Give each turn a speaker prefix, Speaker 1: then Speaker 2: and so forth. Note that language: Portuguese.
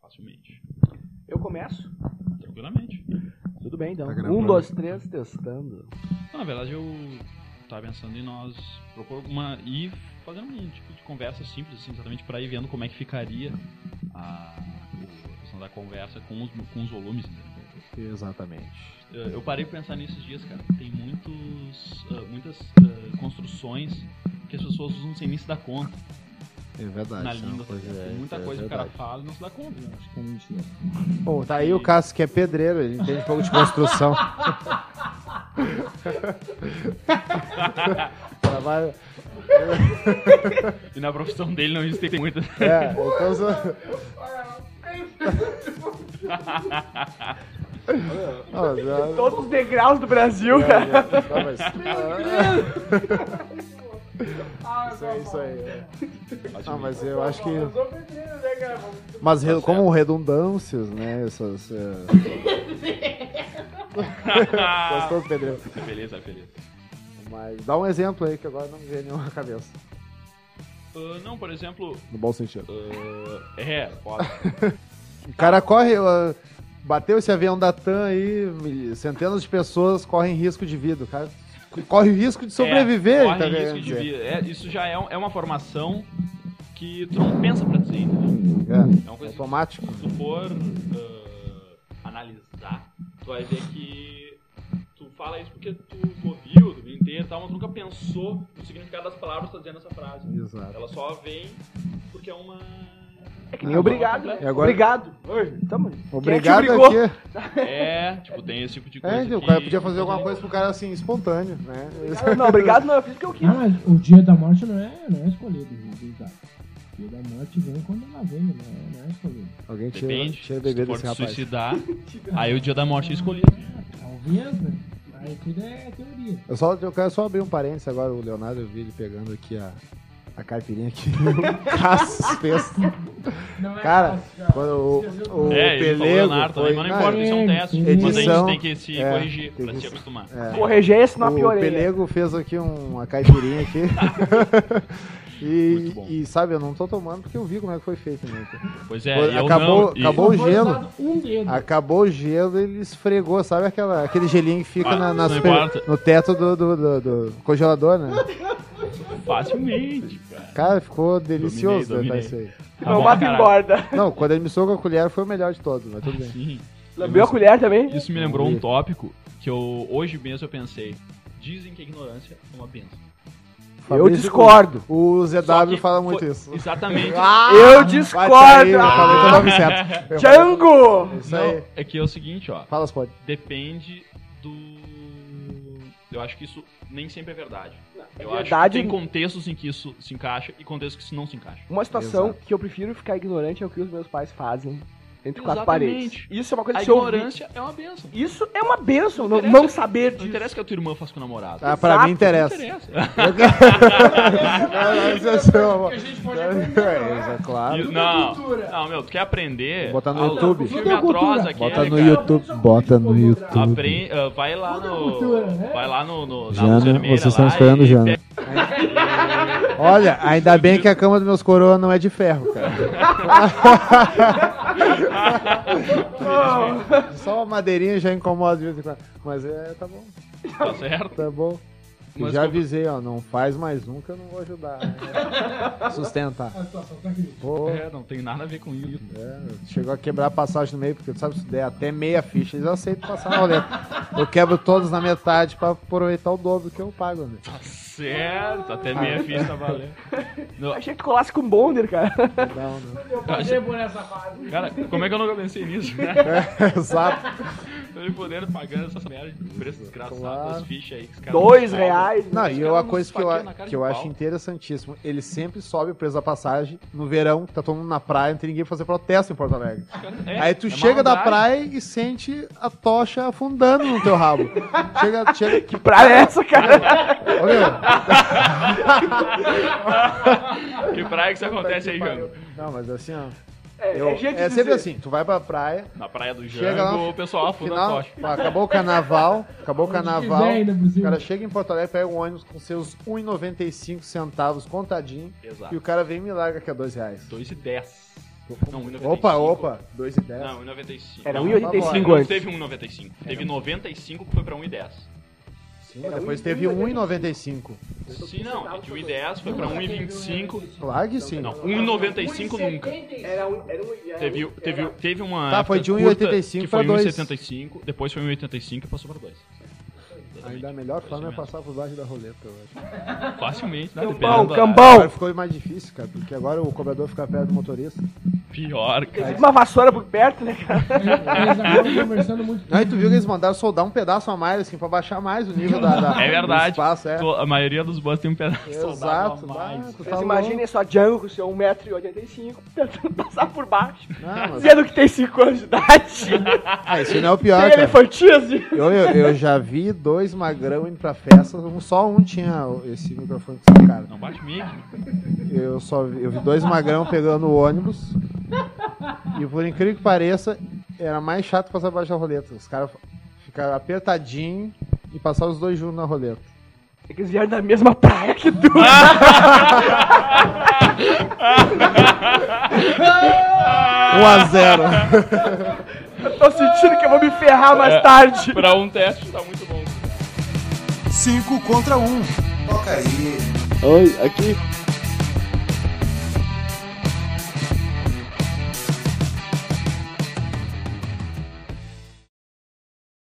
Speaker 1: facilmente.
Speaker 2: Eu começo?
Speaker 1: Tranquilamente.
Speaker 2: Tudo bem, então.
Speaker 3: Tá
Speaker 2: um,
Speaker 3: gravando.
Speaker 2: dois, três, testando.
Speaker 1: Não, na verdade, eu tava pensando em nós propor uma. e fazer um tipo de conversa simples, assim, exatamente pra ir vendo como é que ficaria a, o- a questão da conversa com os, com os volumes. né?
Speaker 3: Exatamente.
Speaker 1: Eu, eu parei pra pensar nesses dias, cara. Tem muitos, ah, muitas ah, construções que as pessoas usam sem nem se dar conta
Speaker 3: É verdade.
Speaker 1: na
Speaker 3: isso é uma
Speaker 1: língua.
Speaker 3: coisa-
Speaker 1: Tem muita
Speaker 3: isso é
Speaker 1: coisa que o cara
Speaker 3: verdade.
Speaker 1: fala e não se dá conta. né?
Speaker 3: Acho que é mentira.
Speaker 4: Bom, tá aí o Cássio que é pedreiro, ele entende um pouco de construção. Trabalha-
Speaker 1: E na profissão dele não existem muitas.
Speaker 3: Ah,
Speaker 4: É, então só- Ah, já- tá
Speaker 2: Todos os degraus do Brasil, cara.
Speaker 4: Não, mas- Isso aí, isso aí. é.
Speaker 1: tá
Speaker 4: Ah, mas eu acho que. Mas re- como redundâncias, né? Essas. é,
Speaker 1: Ah.
Speaker 4: Gostou, Pedro?
Speaker 1: Beleza, beleza.
Speaker 4: Mas dá um exemplo aí que agora não me vem nenhuma cabeça.
Speaker 1: Ah, não, por exemplo.
Speaker 4: No bom sentido.
Speaker 1: ah, é, pode.
Speaker 4: O cara corre. ó, Bateu esse avião da TAM aí, mil- centenas de pessoas correm risco de vida. O cara corre o risco de sobreviver,
Speaker 1: É,
Speaker 4: tá
Speaker 1: corre
Speaker 4: querendo
Speaker 1: risco de
Speaker 4: dizer.
Speaker 1: vida. É, isso já é, um- é uma formação que tu não pensa pra dizer, entendeu?
Speaker 4: É,
Speaker 1: É uma coisa que
Speaker 4: automático.
Speaker 1: se tu for ah, analisar, tu vai ver que tu fala isso porque tu ouviu do inteiro e tal, mas tu nunca pensou no significado das palavras que tá dizendo essa frase.
Speaker 4: Exato.
Speaker 1: Ela só vem porque é uma...
Speaker 2: É que nem obrigado, né?
Speaker 4: E agora-
Speaker 2: Obrigado. Oi, tamo. Quem é que te
Speaker 4: Obrigado
Speaker 2: obrigou?
Speaker 4: aqui.
Speaker 1: É, tipo, tem esse tipo de coisa
Speaker 4: É, o
Speaker 1: que-
Speaker 4: cara podia fazer alguma coisa pro cara assim, espontâneo, né?
Speaker 2: Obrigado Não, obrigado não, eu fiz o que eu quis.
Speaker 5: Ah, mas o dia da morte não é, não é escolhido, né, verdade. O dia da morte vem quando ela vem, né? não é escolhido.
Speaker 4: Alguém tira,
Speaker 1: Depende,
Speaker 4: tira o
Speaker 1: se tu
Speaker 4: bebê
Speaker 1: for
Speaker 4: desse
Speaker 1: te
Speaker 4: rapaz.
Speaker 1: suicidar, aí o dia da morte é escolhido.
Speaker 5: Talvez, né? Aí tudo é teoria.
Speaker 4: Eu, só, eu quero só abrir um parênteses agora, o Leonardo, eu vi ele pegando aqui a, a caipirinha Um que o Cassius fez.
Speaker 5: Não é
Speaker 4: Cara,
Speaker 5: fácil, cara.
Speaker 4: Quando o, o
Speaker 1: É, ele falou
Speaker 4: Pelego
Speaker 1: Leonardo
Speaker 4: foi,
Speaker 1: também, mas não
Speaker 4: cara,
Speaker 1: importa, isso é um teste. Mas a gente
Speaker 4: edição-
Speaker 1: tem que se
Speaker 4: é,
Speaker 1: corrigir
Speaker 4: tem
Speaker 1: pra
Speaker 4: que
Speaker 1: se
Speaker 4: se- é.
Speaker 1: acomodar.
Speaker 2: Corrigei esse na
Speaker 4: o
Speaker 2: pioreia.
Speaker 4: Pelego fez aqui um- uma caipirinha aqui. e,
Speaker 1: Muito bom.
Speaker 4: e, sabe, eu não tô tomando porque eu vi como é que foi feito. Né?
Speaker 1: Pois é,
Speaker 4: Foi-
Speaker 1: e eu
Speaker 4: acabou-
Speaker 1: não, e-
Speaker 4: acabou- o
Speaker 5: Não foi
Speaker 4: gelo.
Speaker 5: usado Um dedo.
Speaker 4: Acabou o gelo, ele esfregou, sabe aquela, aquele gelinho que fica
Speaker 1: Ah,
Speaker 4: na- nas
Speaker 1: não
Speaker 4: pe-
Speaker 1: importa.
Speaker 4: no teto do, do- do- do congelador, né?
Speaker 1: facilmente, cara.
Speaker 4: Cara, ficou delicioso
Speaker 1: Dominei,
Speaker 4: tentar
Speaker 1: dominei.
Speaker 4: isso aí.
Speaker 1: Tá
Speaker 2: Não
Speaker 1: bom,
Speaker 2: mata e
Speaker 1: caralho.
Speaker 2: engorda.
Speaker 4: Não, quando ele me socou a colher foi o melhor de todos, mas tudo bem.
Speaker 1: Sim.
Speaker 2: Lambeu a colher também?
Speaker 1: assim, Isso me lembrou um tópico que eu hoje mesmo eu pensei. Dizem que a ignorância é uma benção.
Speaker 2: Eu
Speaker 4: Fabrício-
Speaker 2: discordo.
Speaker 4: O
Speaker 1: Só
Speaker 4: ZW
Speaker 1: que
Speaker 4: fala
Speaker 1: foi-
Speaker 4: muito isso.
Speaker 1: Exatamente.
Speaker 4: Ah,
Speaker 2: Eu
Speaker 4: Vai sair,
Speaker 2: discordo.
Speaker 4: eu falei teu
Speaker 2: Ah,
Speaker 4: nome certo. Eu falei-
Speaker 2: Django!
Speaker 4: Isso aí.
Speaker 1: Não, é que é o seguinte, ó.
Speaker 4: Fala, pode.
Speaker 1: Depende do. Eu acho que isso nem sempre é verdade. Eu acho
Speaker 2: verdade-
Speaker 1: que tem contextos em que isso se encaixa e contextos que isso não se encaixa.
Speaker 2: Uma situação
Speaker 4: Exato.
Speaker 2: que eu prefiro ficar ignorante é o que os meus pais fazem entre quatro
Speaker 1: Exatamente.
Speaker 2: paredes. Isso é uma coisa
Speaker 1: A
Speaker 2: que eu ouvi.
Speaker 1: ignorância é uma benção.
Speaker 2: Isso é uma benção, não,
Speaker 1: Interessa-
Speaker 2: não saber
Speaker 1: Não
Speaker 2: disso.
Speaker 1: interessa o que a tua irmã faz com o namorado.
Speaker 4: Ah, pra mim
Speaker 1: Não
Speaker 4: interessa.
Speaker 1: interessa.
Speaker 4: Ah, isso é seu amor.
Speaker 5: Que a gente pode aprender, né?
Speaker 4: É, isso é claro.
Speaker 1: Isso-
Speaker 5: Tudo é
Speaker 1: não,
Speaker 5: cultura.
Speaker 1: não, meu, tu quer aprender?
Speaker 4: Vou botar no
Speaker 1: Ah,
Speaker 4: YouTube.
Speaker 1: O filme
Speaker 5: Tudo é cultura.
Speaker 1: atroz aqui,
Speaker 4: Bota
Speaker 1: né,
Speaker 4: no
Speaker 1: cara?
Speaker 4: YouTube, bota no YouTube.
Speaker 1: Apre- ah, vai lá
Speaker 5: Tudo é
Speaker 1: no.
Speaker 5: cultura, né?
Speaker 1: Vai lá no. no na Luz
Speaker 3: Jana,
Speaker 1: Vermelha
Speaker 3: vocês estão
Speaker 1: lá
Speaker 3: esperando,
Speaker 1: e
Speaker 3: Jana.
Speaker 1: pega-
Speaker 4: Olha, ainda bem que a cama dos meus coroa não é de ferro, cara. Só uma madeirinha já incomoda de vez em quando. Mas é, tá bom,
Speaker 1: Tá certo?
Speaker 4: tá bom. Eu
Speaker 1: Mas
Speaker 4: já
Speaker 1: como-
Speaker 4: avisei, ó, não faz mais um que eu não vou ajudar. né? Sustentar.
Speaker 5: A situação tá crítica.
Speaker 4: Pô,
Speaker 1: É, não tem nada a ver com isso.
Speaker 4: É, chegou a quebrar a passagem no meio, porque tu sabe se der até meia ficha, eles aceitam passar na roleta. Eu quebro todos na metade pra aproveitar o dobro que eu pago, né?
Speaker 1: Tá certo, até
Speaker 4: Ah.
Speaker 1: meia ficha tá valendo. Não,
Speaker 2: Achei que tu colasse com o Bonder, cara.
Speaker 4: Tipo, Não, não.
Speaker 5: Eu passei por essa fase.
Speaker 1: cara, como é que eu nunca pensei nisso? né?
Speaker 4: Exato.
Speaker 1: Tô me podendo pagando essas merda de preço desgraçado
Speaker 4: Claro.
Speaker 1: das fichas aí. Que os caras
Speaker 2: Dois
Speaker 1: não pagam.
Speaker 2: reais.
Speaker 4: Não,
Speaker 1: Os
Speaker 4: e
Speaker 1: caras
Speaker 4: uma
Speaker 1: nos
Speaker 4: coisa que eu,
Speaker 1: esfaqueiam na cara
Speaker 4: que
Speaker 1: de
Speaker 4: eu
Speaker 1: pau.
Speaker 4: acho interessantíssimo, ele sempre sobe o preço da passagem no verão, tá todo mundo na praia, não tem ninguém pra fazer protesto em Porto Alegre.
Speaker 1: É,
Speaker 4: Aí tu
Speaker 1: é
Speaker 4: chega da
Speaker 1: maldade.
Speaker 4: praia e sente a tocha afundando no teu rabo. chega, chega,
Speaker 2: Que praia é essa, cara?
Speaker 4: Ô, meu,
Speaker 1: Que praia que isso
Speaker 2: tá
Speaker 1: acontece aí, Jango?
Speaker 4: Não, mas assim, ó.
Speaker 2: É,
Speaker 4: eu-
Speaker 2: é jeito de
Speaker 4: é sempre
Speaker 2: dizer.
Speaker 4: assim, tu vai pra praia,
Speaker 1: Na praia do
Speaker 4: Chega lá,
Speaker 1: Jango, o pessoal afunda a
Speaker 4: final,
Speaker 1: tocha.
Speaker 4: pô, acabou o carnaval, acabou o carnaval.
Speaker 5: quiser ainda por
Speaker 4: O
Speaker 5: cima.
Speaker 4: cara chega em Porto Alegre, pega um ônibus com seus 1,95 centavos contadinho, e
Speaker 1: Exato.
Speaker 4: o cara vem e me larga que é dois reais.
Speaker 1: 2 e 10. Não, 1,95.
Speaker 4: Opa, opa, 2 e 10.
Speaker 1: Não, 1,95.
Speaker 2: Era
Speaker 1: Não,
Speaker 2: 1,85
Speaker 1: Não
Speaker 2: antes.
Speaker 1: teve 1,95. Teve 95 que foi pra 1,10.
Speaker 4: Sim,
Speaker 1: é
Speaker 4: depois teve
Speaker 1: né?
Speaker 4: 1,95.
Speaker 1: Sim, não. É que o I10 foi pra 1,25.
Speaker 4: Claro que sim.
Speaker 1: Então, Não, 1,95 nunca.
Speaker 2: Era um, era um,
Speaker 1: Teve, teve, teve uma.
Speaker 4: Tá, foi
Speaker 1: época
Speaker 4: de
Speaker 1: curta
Speaker 4: 1,85
Speaker 1: que
Speaker 4: pra
Speaker 1: foi
Speaker 4: 2.
Speaker 1: 1,75. Depois foi 1,85 e passou pra 2.
Speaker 4: Ainda a melhor forma é
Speaker 1: mesmo.
Speaker 4: passar um por baixo da roleta, eu acho.
Speaker 1: Facilmente, né?
Speaker 2: Cambão,
Speaker 1: dependendo da-
Speaker 2: cambão!
Speaker 4: Agora ficou mais difícil, cara, porque agora o cobrador fica perto do motorista.
Speaker 1: Pior, cara.
Speaker 2: Uma vassoura por perto, né, cara?
Speaker 5: Eles acabaram conversando muito
Speaker 4: Aí tu viu que eles mandaram soldar um pedaço a mais, assim, pra baixar mais o nível da, da-
Speaker 1: É
Speaker 4: do
Speaker 1: verdade.
Speaker 4: espaço, é.
Speaker 1: To- A maioria dos bots tem um pedaço soldado
Speaker 4: Exato,
Speaker 1: a
Speaker 4: bah,
Speaker 1: mais.
Speaker 4: tu
Speaker 2: Mas
Speaker 4: tá louco.
Speaker 2: imaginem é só Django com seu 1,85m tentando passar por baixo,
Speaker 4: Não, mas-
Speaker 2: dizendo que tem 5 anos de idade,
Speaker 4: Ah, isso não é o
Speaker 2: tem
Speaker 4: pior, cara.
Speaker 2: elefantismo.
Speaker 4: Eu, eu, eu já vi dois magrão indo pra festa, um- só um tinha esse microfone com essa cara.
Speaker 1: Não bate mic.
Speaker 4: Eu só vi, eu vi dois magrão pegando o ônibus. E por incrível que pareça, era mais chato passar baixo da roleta. Os caras ficaram apertadinho e passaram os dois juntos na roleta.
Speaker 2: É que eles vieram da mesma praia que tu.
Speaker 1: Ah!
Speaker 4: Um a zero.
Speaker 2: Eu tô sentindo que eu vou me ferrar mais tarde.
Speaker 1: Pra um teste tá muito bom.
Speaker 4: Cinco contra um.
Speaker 6: Oi, aqui.